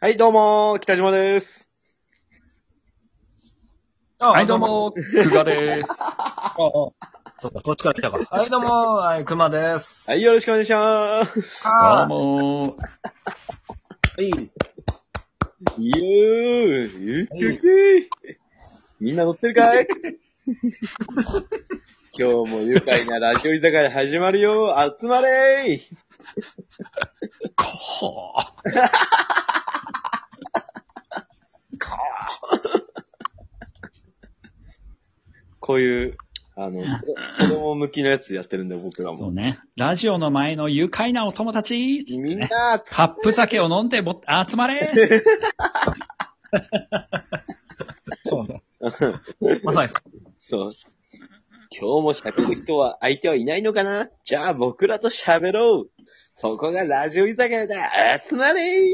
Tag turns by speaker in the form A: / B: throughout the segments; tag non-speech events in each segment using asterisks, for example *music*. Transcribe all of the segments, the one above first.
A: はい、どうもー、北島です。
B: はい、どう。も、くが *laughs* です。
C: ああそうか、そっちから来たか。
B: はい、どうも、はい、くまです。
A: はい、よろしくお願いし
C: *laughs*
A: ます。
B: あー
C: どう
B: は
C: も
B: い。
A: いやー、ゆっくくーみんな乗ってる
C: *laughs*
A: かい今日も愉快なラジオ居酒屋始まるよ集まれー
C: ほ
A: こういう、あの、子供向きのやつやってるんで、僕ら
C: うそ
A: も。
C: うね。ラジオの前の愉快なお友達、つって
A: みん
C: ね、
A: な、
C: カップ酒を飲んでも、集まれ
B: そうだ。まさにそ
A: そう。今日も喋る人は、相手はいないのかなじゃあ僕らと喋ろうそこがラジオ居酒屋だ集まれー
B: う。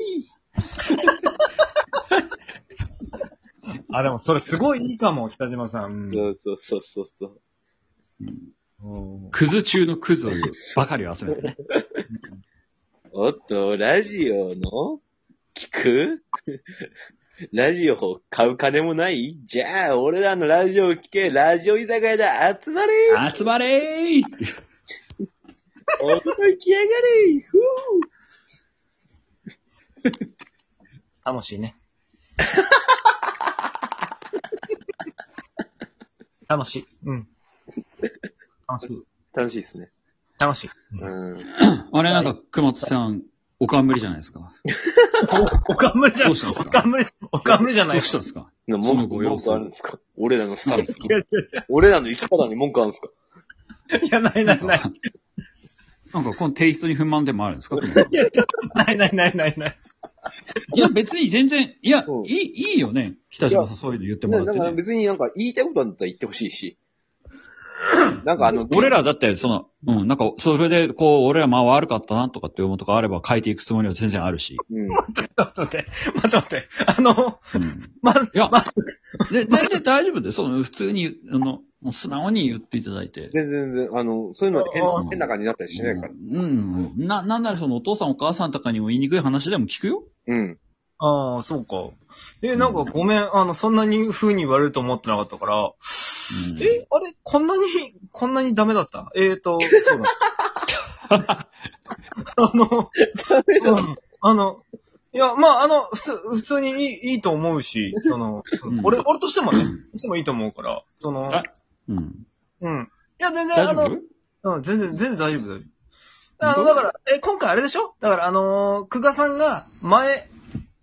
B: あ、でもそれすごいいいかも、北島さん。
A: そうそうそうそうそう。
B: うん
C: クズ中のクズばかりを集めて *laughs* ね。
A: おっと、ラジオの聞く *laughs* ラジオを買う金もないじゃあ、俺らのラジオを聞けラジオ居酒屋だ集まれー
C: 集まれ
A: おっと、行きやがれーふう
B: 楽しい *laughs* ね。楽しい。うん。楽しい。
A: 楽しいっすね。
B: 楽しい。
A: うん。
C: あれなんか、熊津さん、おかんぶりじゃないですか。
B: お、おかんぶりじゃ
C: ど
B: ん
C: うしたんで。す
B: お
C: か
B: かんぶり、おかんぶりじゃ
C: ど
B: ないう
C: し。たんですか
A: な
C: そ
A: 文
C: の
A: 句
C: ご様
A: 文
C: 子
A: 句あるんですか俺らのスタ
C: *laughs*
A: ンス。
B: 違う違
A: 俺らの生き方に文句あるんですか
B: う違う。いや、ない
C: な
B: なんい
C: か
B: ない。、
C: なんかこのテイストに不満でもあるんですか熊さん
B: いや、ちょっとないないないないない。
C: いや、別に全然、いや
A: うん、
C: いい、いいよね。北島さん、そういうの言ってもら
A: な
C: っ
A: な
C: て
A: ん
C: ね、
A: か別になんか言いたいことあったら言ってほしい
C: *coughs*
A: し。なんかあの、
C: 俺らだって、その、うん、なんか、それで、こう、俺らまあ悪かったなとかって思うとかあれば変えていくつもりは全然あるし。
A: うん。
B: ちょっと待って、待って待って。あの、
C: うん。
B: ま、
C: い
A: *laughs*
C: や
B: ま、
C: で、全然大丈夫で、その、普通に、あの、もう素直に言っていただいて。
A: 全然全然、あの、そういうの変
B: う
A: なん変な感じになったりしないから。
C: うん。うんな、なんならそのお父さんお母さんとかにも言いにくい話でも聞くよ。
A: うん。
B: ああ、そうか。え、なんかごめん、あの、そんなに風に言われると思ってなかったから、
C: うん、
B: え、あれこんなに、こんなにダメだったえーと、そうだ。
C: *laughs*
B: あの、うんあの、いや、まあ、あの、普通、普通にいい、いいと思うし、その、
C: うん
B: 俺、俺としてもね、としてもいいと思うから、その
C: あ、うん。
B: うん。いや、全然、
C: 大
B: あ
C: 丈
B: の
C: 夫、
B: うん、全然、全然大丈夫だよ。あの、だから、え、今回あれでしょだから、あのー、久我さんが、前、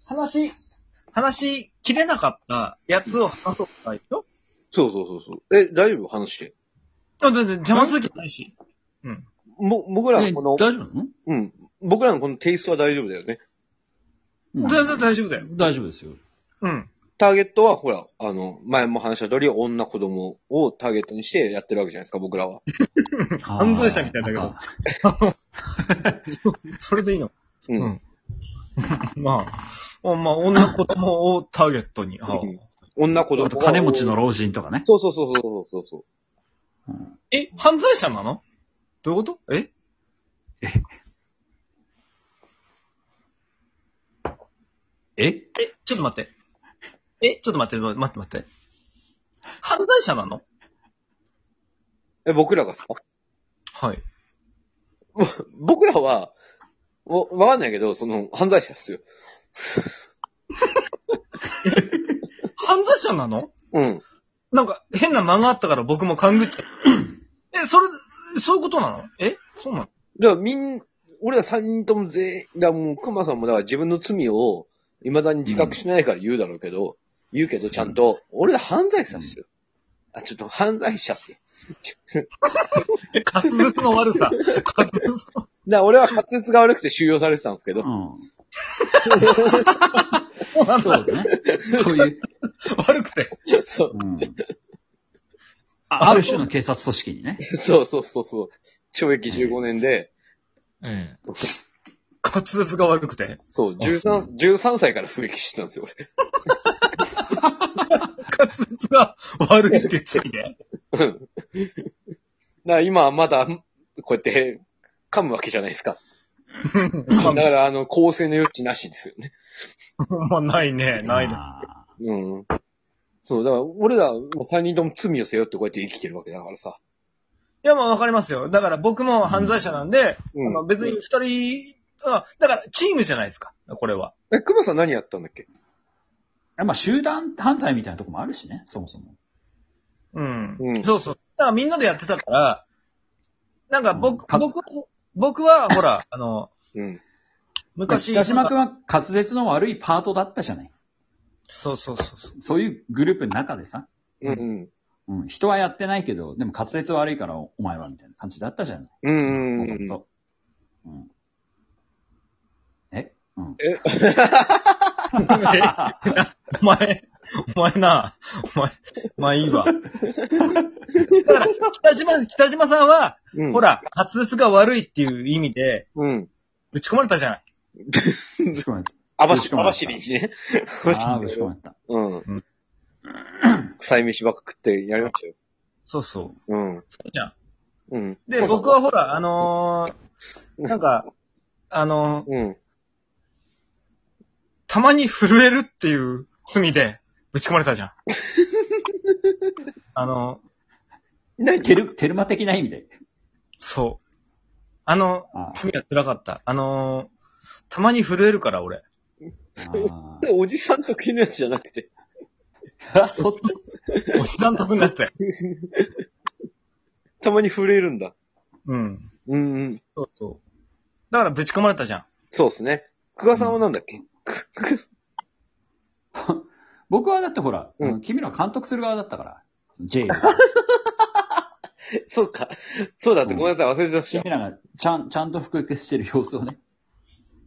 B: 話、話しきれなかったやつを話そうって言ったでしょ
A: そうそうそうそう。え、大丈夫話して。
B: あ、全然邪魔する気ないし。うん。
A: も、僕ら
C: え
A: のこの、
C: 大丈夫なの
A: うん。僕らのこのテイストは大丈夫だよね。
C: うん
B: 全然大丈夫だよ。
C: 大丈夫
B: *laughs*
C: ですよ。
B: うん。
A: ターゲットは、ほら、あの、前も話した通り、女子供をターゲットにしてやってるわけじゃないですか、僕らは。
B: 犯罪者みたいだけど
C: あー。
B: それでいいの。
A: うん。
B: うん *laughs* まあ、まあ、女子供をターゲットに。あ
A: うん女子供が
C: あと金持ちの老人とかね。
A: そうそうそうそうそうそう。
C: うん
B: え、犯罪者なのどういうことえ
C: え
B: え、ちょっと待って。え、ちょっと待って、待って待って。犯罪者なの
A: え、僕らがですか
B: はい。
A: 僕らは、わ、わかんないけど、その、犯罪者ですよ。
B: 犯罪者なの
A: うん。
B: なんか、変な間があったから僕も勘ぐ *laughs* っちゃった。え、それ、そういうことなのえそうなの
A: だからみん、俺ら三人とも全員、だからもう熊さんもだから自分の罪を未だに自覚しないから言うだろうけど、言うけどちゃんと、俺ら犯罪者っすよ。あ、ちょっと犯罪者っすよ。
B: え滑舌の悪さ。 *laughs* 滑舌
A: だから俺は滑舌が悪くて収容されてたんですけど、
B: の悪
C: *laughs* そう
B: さ。
C: だね。そういう、
B: 悪くて。
A: そう
C: うん、あある種の警察組織にね。
A: そうそうそうそう。懲役15年で、
B: うん。滑舌が悪くて。
A: そう、
C: そう
A: 13、13歳から服役してたんですよ、俺。
B: *laughs* 滑舌が悪いって罪で。
A: うんだから今はまだ、こうやって噛むわけじゃないですか。
B: *laughs*
A: だから、あの、構成の余地なしですよね。
B: まあ、ないね、ないね。
C: な。
A: うん。そう、だから、俺ら、3人とも罪を背負ってこうやって生きてるわけだからさ。
B: いや、まあ、わかりますよ。だから僕も犯罪者なんで、
A: うん
B: あの別に二人、あだから、チームじゃないですか、これは。
A: え、熊さん何やったんだっけ
C: まあ、集団犯罪みたいなとこもあるしね、そもそも。
B: うん。
A: うん
B: そうそう。だからみんなでやってたから、なんか
C: うん
B: 僕、
C: か
B: 僕、僕は、ほら、あの、
A: うん。
B: 昔、
C: 北島君は滑舌の悪いパートだったじゃない。
B: そうそうそう *laughs* そう。
C: そういうグループの中でさ、
A: うんうん。
C: うん、人はやってないけど、でも滑舌悪いからお前はみたいな感じだったじゃない。
A: うん
C: う
A: うんうん。
C: うん、えうん。
B: お前、お前な、お前、まあいいわ。だから、北島、北島さんは、
A: うん
B: ほ。ら、滑舌が悪いっていう意味で、
A: うん。
B: 打ち込まれたじゃない。
C: ぶち
A: *laughs*
C: 込まれ
A: あば
C: ぶち
A: し、
C: 込
A: あ
C: まれた
A: ばしりにね。
C: た。ああ、ぶち込まれた。
A: うん。臭い飯ばっか食ってやりましたよ。
B: そうそう。
A: うん。
B: そうじゃん。
A: うん。
B: で、僕はほら、あのー、なんか、あのー、
A: うん。
B: たまに震えるっていう罪で、ぶち込まれたじ *laughs* ゃん。あのー、
A: 何
C: テル、テルマ的な意味で。
B: そう。あの、
C: あ
B: 罪は辛かった。あのー、たまに震えるから、俺。
C: あ
A: おじさんと気のやつじゃなくて。
C: あ。 *laughs* そっち
B: おしさん得にな *laughs* って。
A: たまに震えるんだ。
B: うん。
A: うんうん。
B: そうそう。だからぶち込まれたじゃん。
A: そうですね。久我さんはなんだっけ
C: 僕はだってほら、
A: うん
C: あの君ら監督する側だったから。J。
A: *laughs* そうか。そうだって、ごめんなさい、忘れてました
C: 君。らがちゃん、ちゃんと服消してる様子を *laughs* ね。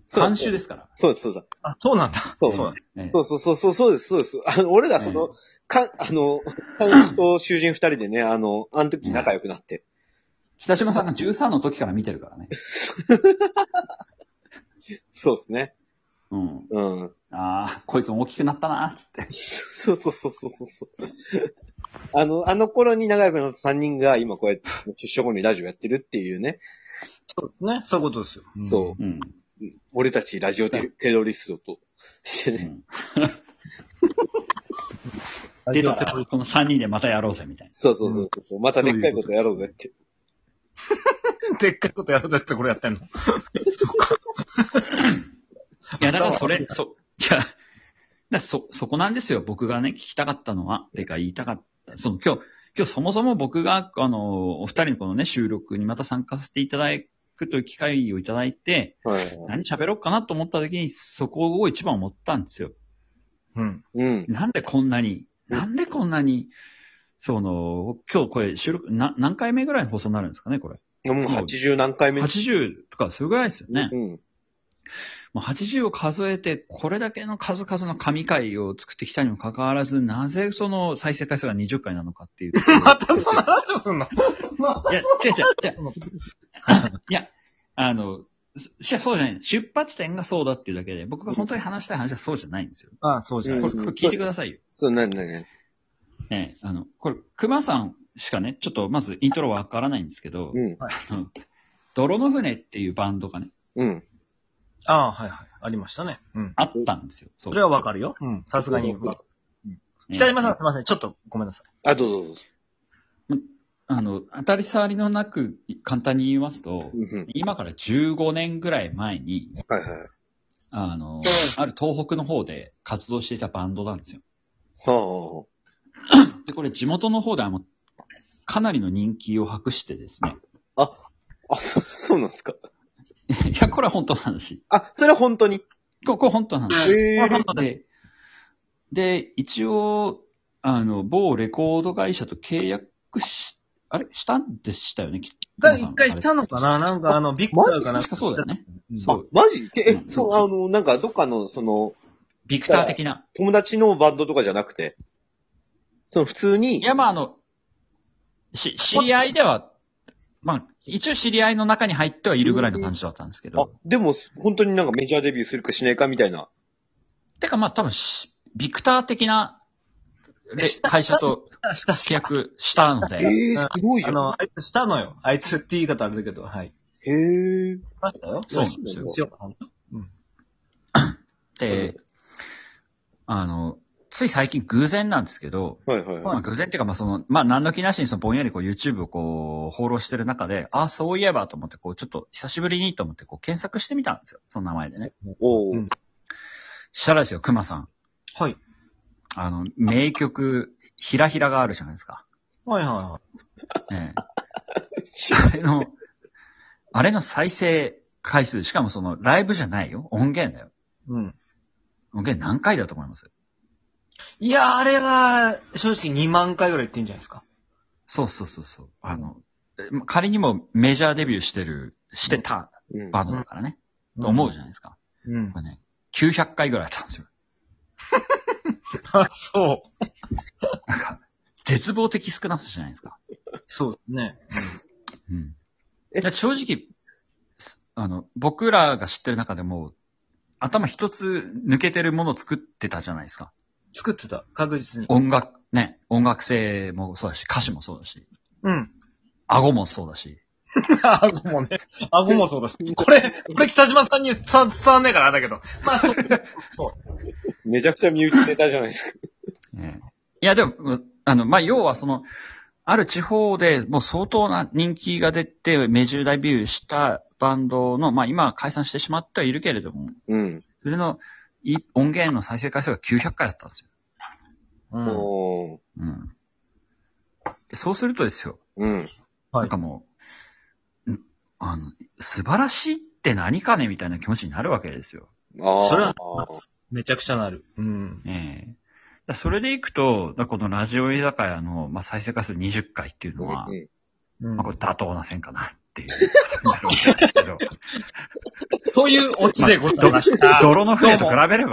A: そう
C: 監修ですから。
A: そうです、そうです。
B: あ、そうなんだ。
A: そう
B: そうだ。
C: ね
A: そうそうそうそう、そうです、そうです。あの、俺らその、か、あの、監視と囚人二人でね、あの、あの時仲良くなって。
C: 北島さんが13の時から見てるからね。
A: そうですね。
C: うん。
A: うん。
C: ああ、こいつも大きくなったな、つって。
A: そうそうそうそうそうそう。あの、あの頃に仲良くなった三人が今こうやって出所後にラジオやってるっていうね。
B: そうですね。そういうことですよ。うん
A: そ
C: うん。
A: う。俺たちラジオテテロリストとして
C: う
A: ね。
C: ん、
B: ラ
C: 出
B: ジオ
C: た
B: テロ
C: ら、この3人でまたやろうぜ、みたい
A: そうそうそうそう。またでっかいことやろうぜって。
B: でっかいことやるんですってこれやってんの。
C: な。 *laughs* いや、だからそれ、そ、いや、だからそ、そこなんですよ。僕がね、聞きたかったのは、てか言いたかった。その、今日、今日そもそも僕が、あの、お二人のこのね、収録にまた参加させていただくという機会をいただいて、
A: はい。
C: 何喋ろうかなと思った時に、そこを一番思ったんですよ。
B: うん。
A: うん。
C: なんでこんなに、
A: うん
C: なんでこんなに、その、今日これ収録、な何回目ぐらいの放送になるんですかね、これ。
A: もう80何回目。
C: 80とか、それぐらいですよね。
A: うん。
C: もう80を数えて、これだけの数々の神回を作ってきたにもかかわらず、なぜその再生回数が20回なのかっていうとこ
B: *laughs*
C: ろ。
B: またそんな話をすんの
C: いや、違う違う違う。 *laughs* いや、あの、しそうじゃない。出発点がそうだっていうだけで、僕が本当に話したい話はそうじゃないんですよ。
B: ああそうじゃない
C: これ、これ聞いてくださいよ。
A: そう、なになになに
C: ええ、あの、これ、熊さんしかね、ちょっとまずイントロわからないんですけど、
A: うん。
C: あの泥の船っていうバンドがね、
A: うん。
B: ああ、はいはい。ありましたね。うん。
C: あったんですよ。そ
B: それはわかるよ。うん。さすがに。北島さんすいません。ちょっとごめんなさい。
A: あ、どうぞどうぞ。
C: あの、当たり障りのなく、簡単に言いますと、
A: うん。
C: 今から15年ぐらい前に、
A: はいはい。
C: あの、ある東北の方で活動していたバンドなんですよ。
A: は
C: で、これ地元の方ではもう、かなりの人気を博してですね。 *laughs*
A: あ。あ、そ、 *laughs* そうなんですか。
C: いや、これは本当の話。
A: あ、それは本当に。
C: ここれ本当の話。
A: ええ
B: うん
C: で、で、一応、あの、某レコード会社と契約し、あれしたんでしたよね、き
B: が一回来たのかななんかあの、ビクターかな
C: 確かそうだよね。
B: うん
C: そ
A: あ
C: う、
A: マジえ、
C: うん
A: そう、あの、なんか、どっかの、その、
C: ビクター的な。
A: 友達のバンドとかじゃなくて、その、普通に、
C: いや、まあ、あの、し、知り合いでは、まあ、一応知り合いの中に入ってはいるぐらいの感じだったんですけ
A: あ
C: ど。、
A: でも、本当になんかメジャーデビューするかしないかみたいな。
C: てか、まあ、多分し、ビクター的な、で
B: した
C: 会社と
B: した、し
C: 契
B: た。
C: 約したので
A: え、えすごいじ
B: あ
A: ゃん。
B: の、あいつしたのよ。あいつって言い方あれだけど、はい。
A: へえ。
B: あったよ。
C: そうなんですよ
B: 強かった
C: で、あの、つい最近偶然なんですけど、
A: はいはい
C: ま
A: は
C: あ、偶然っていうか、まあ、その、まあ、何の気なしにそのぼんやりこう YouTube をこう、放浪してる中で、ああ、そういえばと思って、こう、ちょっと久しぶりにと思って、こう、検索してみたんですよ。その名前でね。
A: い。おお、
B: うん
C: したらですよ、熊さん。
B: はい。
C: あの、名曲、ひらひらがあるじゃないですか。
B: はいはいはい。
C: ええ。あれの、あれの再生回数、しかもその、ライブじゃないよ。音源だよ。
B: うん。
C: 音源何回だと思います
B: いや、あれは、正直2万回ぐらい言ってんじゃないですか。
C: そうそうそうそう。あの、えま仮にもメジャーデビューしてる、してた
A: うん
C: バンドだからね。と思うじゃないですか。
B: ゃん。うん
C: こ。れね、900回ぐらいあったんですよ。
B: あ、そ
C: なんか、絶望的少なさじゃないですか。
B: う。そうですね。
C: うん。
A: え
C: だって正直、すあの、僕らが知ってる中でも、頭一つ抜けてるものを作ってたじゃないですか。
B: 作ってた、確実に。
C: 音楽、ね、音楽性もそうだし、歌詞もそうだし、
B: うん。 *laughs*
C: 顎もそうだし。
B: 顎もね、顎もそうだし。これ、これ北島さんに伝わ伝わんねえからあれだけど。まあ、そう。そう。
A: めちゃくちゃ身内ネタじゃないですか。
C: ええいや、でも、うあの、まあ、要はその、ある地方でもう相当な人気が出て、メジャーデビューしたバンドの、まあ、今は解散してしまってはいるけれども、
A: うん。
C: それのい音源の再生回数が900回だったんですよ。
B: うん
A: おお。
C: うん。でそうするとですよ、
A: うん。
B: はい
C: なんかもう、んあの、素晴らしいって何かねみたいな気持ちになるわけですよ。
A: ああ。
B: それはめちゃくちゃなる。うん。
C: ええだそれでいくと、だこのラジオ居酒屋の、まあ、再生回数20回っていうのは、
A: うん
B: うん
C: まあ、これ妥当な線かなっていう *laughs* ことになるわけですけど、
B: そういうオチでございました。
C: *laughs* 泥の船と比べれば